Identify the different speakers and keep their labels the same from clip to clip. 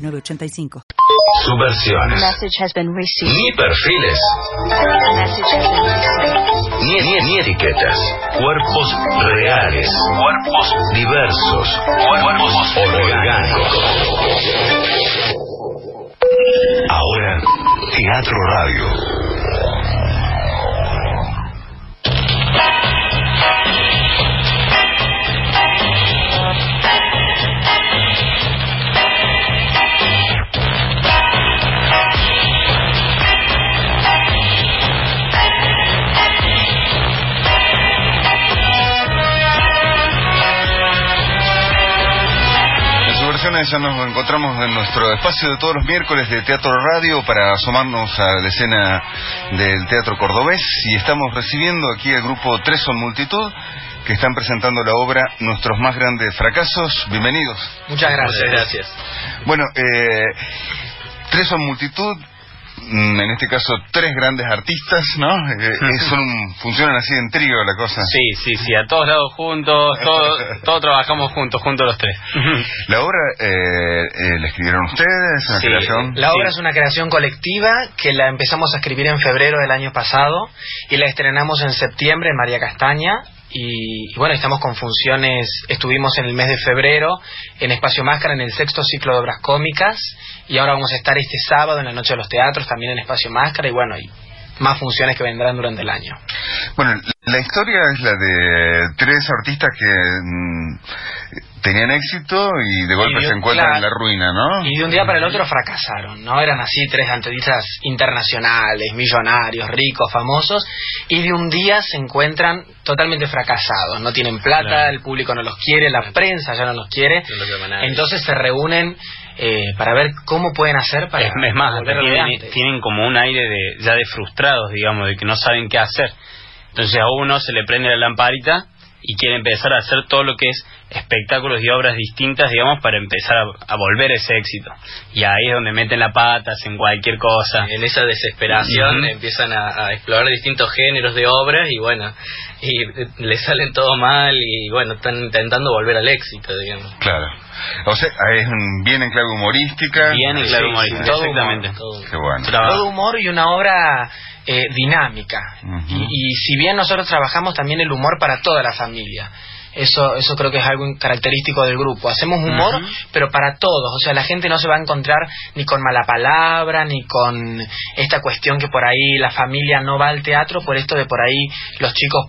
Speaker 1: 985.
Speaker 2: Subversiones.
Speaker 3: Message has been received.
Speaker 2: Ni perfiles.
Speaker 3: Message has been received.
Speaker 2: Ni, ni, ni etiquetas. Cuerpos reales. Cuerpos diversos. Cuerpos orgánicos. Ahora, Teatro Radio.
Speaker 4: ya nos encontramos en nuestro espacio de todos los miércoles de Teatro Radio para asomarnos a la escena del Teatro Cordobés y estamos recibiendo aquí el grupo Tres son Multitud que están presentando la obra Nuestros más grandes fracasos. Bienvenidos.
Speaker 5: Muchas gracias. Muchas gracias.
Speaker 4: Bueno, eh, Tres son Multitud en este caso tres grandes artistas, ¿no? Eh, son un, funcionan así en trío la cosa.
Speaker 5: Sí, sí, sí, a todos lados juntos, todos todo trabajamos juntos, juntos los tres.
Speaker 4: ¿La obra eh, eh, la escribieron ustedes? ¿Una
Speaker 6: sí,
Speaker 4: creación?
Speaker 6: La obra sí. es una creación colectiva que la empezamos a escribir en febrero del año pasado y la estrenamos en septiembre en María Castaña y, y, bueno, estamos con funciones, estuvimos en el mes de febrero en Espacio Máscara en el sexto ciclo de obras cómicas y ahora vamos a estar este sábado en la Noche de los Teatros también en Espacio Máscara y bueno, y más funciones que vendrán durante el año.
Speaker 4: Bueno, la historia es la de tres artistas que mmm, tenían éxito y de golpe y de se encuentran la, en la ruina, ¿no?
Speaker 6: Y de un día para el otro fracasaron, ¿no? Eran así tres artistas internacionales, millonarios, ricos, famosos, y de un día se encuentran totalmente fracasados, no tienen plata, claro. el público no los quiere, la prensa ya no los quiere, no entonces se reúnen eh, para ver cómo pueden hacer para...
Speaker 5: Es, es más, tienen, tienen como un aire de, ya de frustrados, digamos, de que no saben qué hacer. Entonces a uno se le prende la lamparita y quiere empezar a hacer todo lo que es espectáculos y obras distintas, digamos, para empezar a, a volver ese éxito. Y ahí es donde meten la pata, en cualquier cosa.
Speaker 7: En esa desesperación mm -hmm. empiezan a, a, explorar distintos géneros de obras y bueno, y eh, le salen todo mal y bueno, están intentando volver al éxito, digamos.
Speaker 4: Claro. O sea, es bien en clave humorística.
Speaker 5: Bien en clave sí, humorística, sí, todo exactamente.
Speaker 4: Humor, todo. Qué bueno.
Speaker 6: todo humor y una obra eh, dinámica. Uh -huh. y, y, si bien nosotros trabajamos también el humor para toda la familia. Eso, eso creo que es algo característico del grupo. Hacemos humor, uh -huh. pero para todos. O sea, la gente no se va a encontrar ni con mala palabra, ni con esta cuestión que por ahí la familia no va al teatro, por esto de por ahí los chicos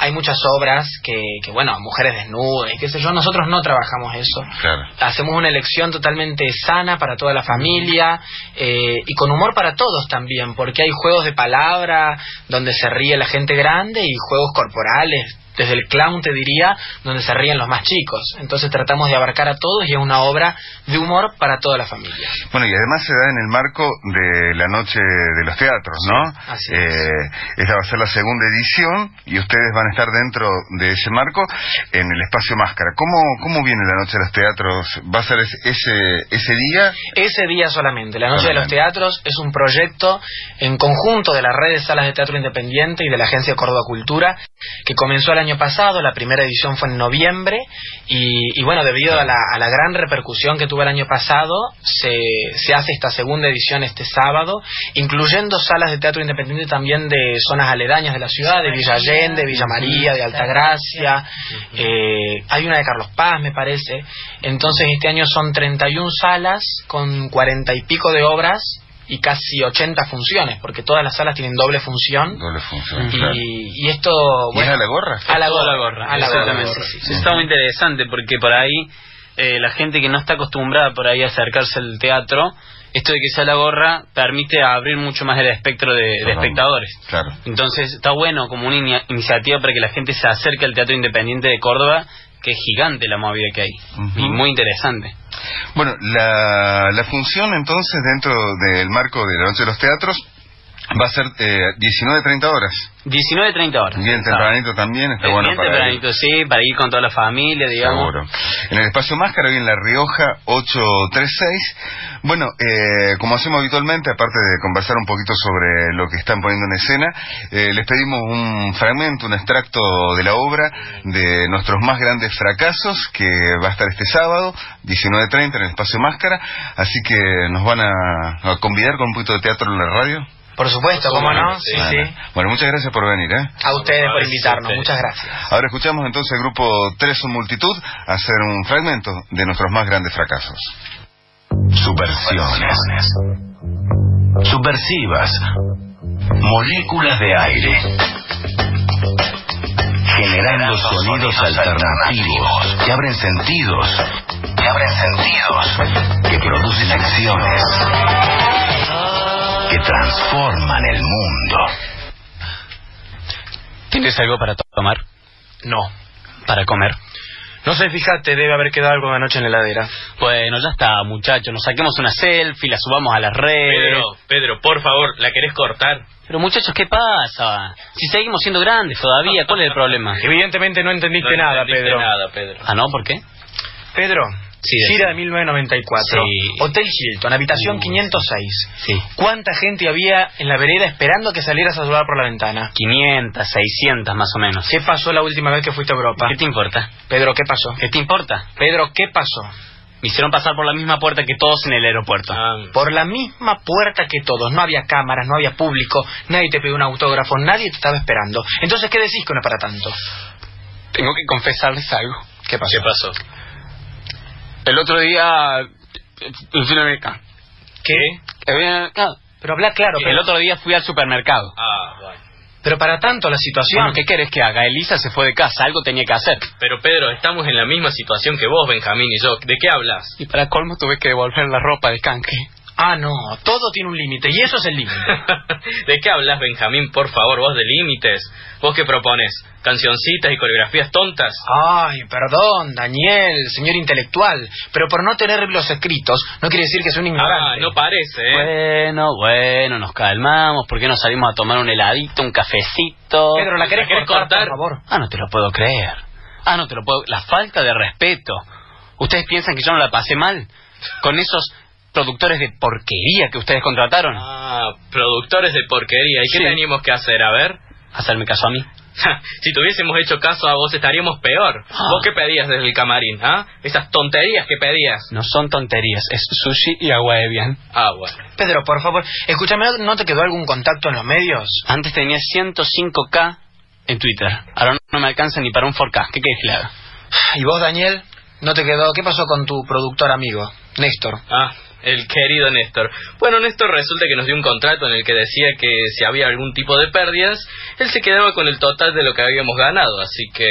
Speaker 6: hay muchas obras que, que, bueno, mujeres desnudas y qué sé yo, nosotros no trabajamos eso.
Speaker 4: Claro.
Speaker 6: Hacemos una elección totalmente sana para toda la familia eh, y con humor para todos también, porque hay juegos de palabra donde se ríe la gente grande y juegos corporales. Desde el clown te diría, donde se ríen los más chicos. Entonces tratamos de abarcar a todos y es una obra de humor para toda la familia.
Speaker 4: Bueno, y además se da en el marco de la noche de los teatros, ¿no?
Speaker 6: Sí, así es.
Speaker 4: Eh, esta va a ser la segunda edición y ustedes van a estar dentro de ese marco en el espacio Máscara. ¿Cómo, cómo viene la noche de los teatros? ¿Va a ser ese, ese día?
Speaker 6: Ese día solamente. La noche solamente. de los teatros es un proyecto en conjunto de la red de salas de teatro independiente y de la agencia Córdoba Cultura que comenzó el año pasado. La primera edición fue en noviembre y, y bueno, debido a la, a la, gran repercusión que tuvo el año pasado, se, se hace esta segunda edición este sábado, incluyendo salas de teatro independiente también de zonas aledañas de la ciudad, de Villa Allende, Villa María, de Altagracia, eh, hay una de Carlos Paz, me parece. Entonces, este año son 31 salas con cuarenta y pico de obras y casi 80 funciones, porque todas las salas tienen doble función.
Speaker 4: Doble función.
Speaker 6: Y,
Speaker 4: claro.
Speaker 6: y esto.
Speaker 4: Bueno, ¿Y es a la gorra?
Speaker 6: A la gorra. A la gorra,
Speaker 5: a la gorra sí, sí. Está muy interesante porque por ahí eh, la gente que no está acostumbrada por ahí a acercarse al teatro esto de que sea la gorra permite abrir mucho más el espectro de, de espectadores.
Speaker 4: Claro.
Speaker 5: Entonces está bueno como una in iniciativa para que la gente se acerque al Teatro Independiente de Córdoba, que es gigante la movida que hay uh -huh. y muy interesante.
Speaker 4: Bueno, la, la función entonces dentro del marco de la Noche de los Teatros va a ser eh, 19.30 horas.
Speaker 6: 19.30 horas.
Speaker 4: Bien tempranito también, está
Speaker 6: Es
Speaker 4: bueno
Speaker 6: bien
Speaker 4: para ir.
Speaker 6: tempranito, sí, para ir con toda la familia, digamos.
Speaker 4: Seguro. En el espacio Máscara, hoy en La Rioja 836. Bueno, eh, como hacemos habitualmente, aparte de conversar un poquito sobre lo que están poniendo en escena, eh, les pedimos un fragmento, un extracto de la obra de nuestros más grandes fracasos, que va a estar este sábado, 19.30, en el espacio Máscara. Así que nos van a, a convidar con un poquito de teatro en la radio.
Speaker 5: Por supuesto, ¿cómo no?
Speaker 8: Sí,
Speaker 5: Sí,
Speaker 4: Bueno.
Speaker 5: sí.
Speaker 4: Bueno, muchas gracias por venir, ¿eh?
Speaker 5: A ustedes por
Speaker 6: Gracias a
Speaker 5: invitarnos.
Speaker 6: ustedes.
Speaker 5: Muchas gracias.
Speaker 4: Ahora escuchamos entonces el grupo Tres o Multitud hacer un fragmento de nuestros más grandes fracasos.
Speaker 9: Subversiones. Subversivas. Moléculas de aire. Generando sonidos alternativos que abren sentidos. Que abren sentidos. Que producen acciones. Que transforman el mundo.
Speaker 6: ¿Tienes algo para to- tomar?
Speaker 5: No.
Speaker 6: ¿Para comer?
Speaker 5: No sé, fíjate, debe haber quedado algo de anoche en la heladera.
Speaker 6: Bueno, ya está, muchachos. Nos saquemos una selfie, la subamos a las redes.
Speaker 8: Pedro, Pedro, por favor, ¿la querés cortar?
Speaker 6: Pero muchachos, ¿qué pasa? Si seguimos siendo grandes todavía, ¿cuál es el problema?
Speaker 5: Evidentemente no entendiste
Speaker 8: No
Speaker 5: nada,
Speaker 8: entendiste
Speaker 5: Pedro.
Speaker 8: nada, Pedro.
Speaker 6: Ah, ¿no? ¿Por qué?
Speaker 5: Pedro,
Speaker 6: Sí,
Speaker 5: gira
Speaker 6: decime.
Speaker 5: de 1994.
Speaker 6: Sí.
Speaker 5: Hotel Hilton, habitación
Speaker 6: Uh,
Speaker 5: 506.
Speaker 6: Sí.
Speaker 5: ¿Cuánta gente había en la vereda esperando que salieras a saludar por la ventana?
Speaker 6: 500, 600 más o menos.
Speaker 5: ¿Qué pasó la última vez que fuiste a Europa?
Speaker 6: ¿Qué te importa?
Speaker 5: Pedro, ¿qué pasó?
Speaker 6: ¿Qué te importa?
Speaker 5: Pedro, ¿qué pasó?
Speaker 6: Me hicieron pasar por la misma puerta que todos en el aeropuerto.
Speaker 8: Ah,
Speaker 5: Por la misma puerta que todos. No había cámaras, no había público, nadie te pidió un autógrafo, nadie te estaba esperando. Entonces, ¿qué decís que no es para tanto?
Speaker 6: Tengo que confesarles algo.
Speaker 5: ¿Qué pasó?
Speaker 8: ¿Qué pasó?
Speaker 6: El otro día... Fui acá.
Speaker 5: ¿Qué? Pero habla claro,
Speaker 6: ah. El
Speaker 5: pero,
Speaker 6: otro día fui al supermercado.
Speaker 8: Ah, bueno.
Speaker 5: pero para tanto la situación...
Speaker 6: Bueno, ¿qué querés que haga? Elisa se fue de casa, algo tenía que hacer.
Speaker 8: Pero Pedro, estamos en la misma situación que vos, Benjamín y yo. ¿De qué hablas?
Speaker 6: Y para colmo tuve que devolver la ropa de canje.
Speaker 5: Ah, no, todo tiene un límite y eso es el límite.
Speaker 8: ¿De qué hablas, Benjamín? Por favor, vos de límites. ¿Vos qué propones? ¿Cancioncitas y coreografías tontas?
Speaker 5: Ah, Ay, perdón, Daniel, señor intelectual, pero por no tener los escritos no quiere decir que sea un
Speaker 8: Ah,
Speaker 5: ignorante.
Speaker 8: no parece, ¿eh?
Speaker 6: Bueno, bueno, nos calmamos. ¿Por qué no salimos a tomar un heladito, un cafecito?
Speaker 5: Pedro, ¿la querés,
Speaker 8: ¿La querés
Speaker 5: cortar,
Speaker 8: cortar?
Speaker 5: por favor?
Speaker 6: Ah, no te lo puedo creer. Ah, no te lo puedo... La falta de respeto. ¿Ustedes piensan que yo no la pasé mal? Con esos productores de porquería que ustedes contrataron.
Speaker 8: Ah, productores de porquería. ¿Y qué
Speaker 6: Sí.
Speaker 8: teníamos que hacer? A ver.
Speaker 6: Hacerme caso a mí.
Speaker 8: si tuviésemos hecho caso a vos estaríamos peor.
Speaker 6: Ah.
Speaker 8: ¿Vos qué pedías desde el camarín? ¿Ah? Esas tonterías que pedías.
Speaker 6: No son tonterías, es sushi y agua de bien.
Speaker 8: Ah, bueno.
Speaker 5: Pedro, por favor, escúchame, ¿no- ¿no te quedó algún contacto en los medios?
Speaker 6: Antes tenía 105k en Twitter. Ahora no- no me alcanza ni para un 4k. ¿Qué querés que le haga?
Speaker 5: ¿Y vos, Daniel? ¿No te quedó? ¿Qué pasó con tu productor amigo, Néstor?
Speaker 8: Ah, el querido Néstor. Bueno, Néstor resulta que nos dio un contrato en el que decía que si había algún tipo de pérdidas, él se quedaba con el total de lo que habíamos ganado, así que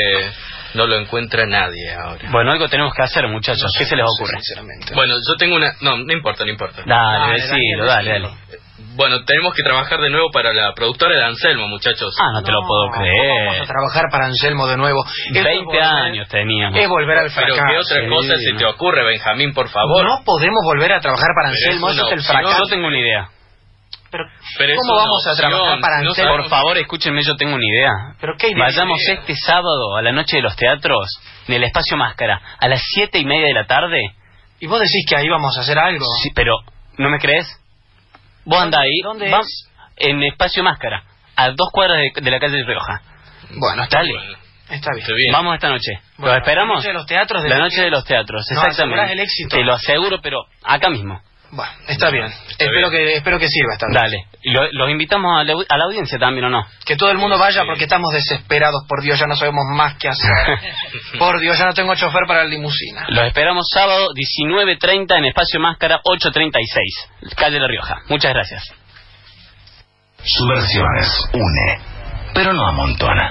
Speaker 8: no lo encuentra nadie ahora.
Speaker 6: Bueno, algo tenemos que hacer, muchachos. ¿Qué se les ocurre?
Speaker 5: Sinceramente.
Speaker 8: Bueno, yo tengo una... No, no importa, no importa.
Speaker 6: Dale,
Speaker 5: Dale,
Speaker 6: decilo, dale,
Speaker 5: dale,
Speaker 6: dale.
Speaker 8: Bueno, tenemos que trabajar de nuevo para la productora de Anselmo, muchachos.
Speaker 6: Ah, no te lo puedo
Speaker 5: Vamos a
Speaker 6: creer.
Speaker 5: trabajar para Anselmo de nuevo. Esto es
Speaker 6: 20
Speaker 5: volver-
Speaker 6: años teníamos.
Speaker 5: Es volver al
Speaker 8: Pero
Speaker 5: fracaso.
Speaker 8: qué otra cosa
Speaker 6: sí,
Speaker 8: se
Speaker 6: no.
Speaker 8: te ocurre, Benjamín, por favor.
Speaker 5: No podemos volver a trabajar para
Speaker 8: Pero
Speaker 5: Anselmo,
Speaker 8: es
Speaker 5: eso
Speaker 8: una
Speaker 5: es el
Speaker 8: opción.
Speaker 5: fracaso.
Speaker 6: Yo tengo una idea.
Speaker 5: Pero,
Speaker 8: Pero es
Speaker 5: ¿Cómo
Speaker 8: una
Speaker 5: vamos a
Speaker 8: opción,
Speaker 5: trabajar para
Speaker 8: no
Speaker 5: Anselmo?
Speaker 8: sabemos eh.
Speaker 6: Por favor, escúchenme, yo tengo una idea.
Speaker 5: ¿Pero qué idea?
Speaker 6: Vayamos
Speaker 8: idea?
Speaker 6: este sábado a la noche de los teatros, en el espacio Máscara, a las siete y media de la tarde.
Speaker 5: ¿Y vos decís que ahí vamos a hacer algo?
Speaker 6: Sí, pero, ¿no me crees? Vos andá ahí.
Speaker 5: ¿Dónde
Speaker 6: va-
Speaker 5: es?
Speaker 6: En espacio Máscara, a dos cuadras de, de la calle Rioja.
Speaker 5: Bueno, está
Speaker 6: Dale,
Speaker 8: Bueno,
Speaker 5: Está bien.
Speaker 8: está bien.
Speaker 6: vamos esta noche.
Speaker 5: Bueno,
Speaker 6: ¿Los esperamos?
Speaker 5: La noche de los teatros. de-
Speaker 6: La noche de los teatros,
Speaker 5: Nos
Speaker 6: exactamente.
Speaker 5: asegurás el éxito.
Speaker 6: Te lo aseguro, pero acá mismo.
Speaker 5: Bueno, está bien. espero, Que, espero que sirva esta vez.
Speaker 6: Dale. Y lo- los invitamos a la, a la audiencia también, ¿o no?
Speaker 5: Que todo el mundo vaya porque estamos desesperados. Por Dios, ya no sabemos más qué hacer. por Dios, ya no tengo chofer para la limusina.
Speaker 6: Los esperamos sábado 19.30 en Espacio Máscara 836, calle La Rioja. Muchas gracias.
Speaker 9: Subversiones une, pero no amontona.